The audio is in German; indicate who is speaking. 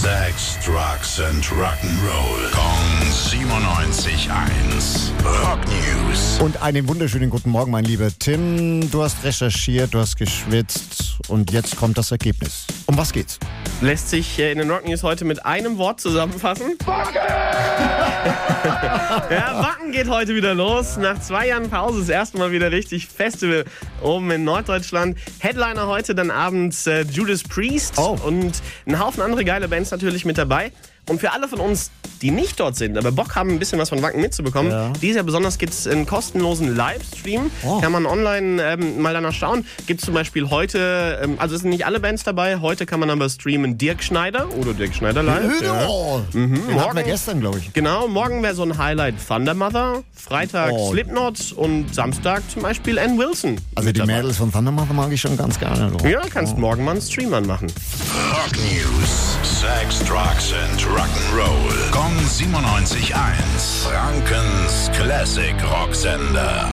Speaker 1: Sex, Drugs and Rock'n'Roll. Kong 97.1. Rock News.
Speaker 2: Und einen wunderschönen guten Morgen, mein lieber Tim. Du hast recherchiert, du hast geschwitzt und jetzt kommt das Ergebnis. Um was geht's?
Speaker 3: Lässt sich äh, in den Rock News heute mit einem Wort zusammenfassen. Ja, Wacken geht heute wieder los. Nach zwei Jahren Pause ist erstmal wieder richtig Festival oben in Norddeutschland. Headliner heute dann abends äh, Judas Priest
Speaker 2: Oh.
Speaker 3: und ein Haufen andere geile Bands natürlich mit dabei. Und für alle von uns, die nicht dort sind, aber Bock haben, ein bisschen was von Wacken mitzubekommen,
Speaker 2: Ja.
Speaker 3: dieses Jahr besonders gibt es einen kostenlosen Livestream.
Speaker 2: Oh.
Speaker 3: Kann man online ähm, mal danach schauen. Gibt es zum Beispiel heute, ähm, also es sind nicht alle Bands dabei, heute kann man aber streamen Dirk Schneider oder Dirk Schneider live. Ja.
Speaker 2: Oh, den hatten wir
Speaker 3: Äh, mhm, morgen-
Speaker 2: gestern, glaube ich.
Speaker 3: Genau, morgen wäre so ein Highlight Thunder Mother, Freitag
Speaker 2: Oh.
Speaker 3: Slipknot und Samstag zum Beispiel Ann Wilson.
Speaker 2: Also
Speaker 3: mit
Speaker 2: die Oh.
Speaker 3: dabei.
Speaker 2: Mädels von Thundermother mag ich schon ganz gerne. du.
Speaker 3: Ja, kannst morgen mal einen Stream anmachen.
Speaker 1: Rock News. Sex, Drugs and Rock'n'Roll. Kong 97.1. Frankens Classic Rocksender.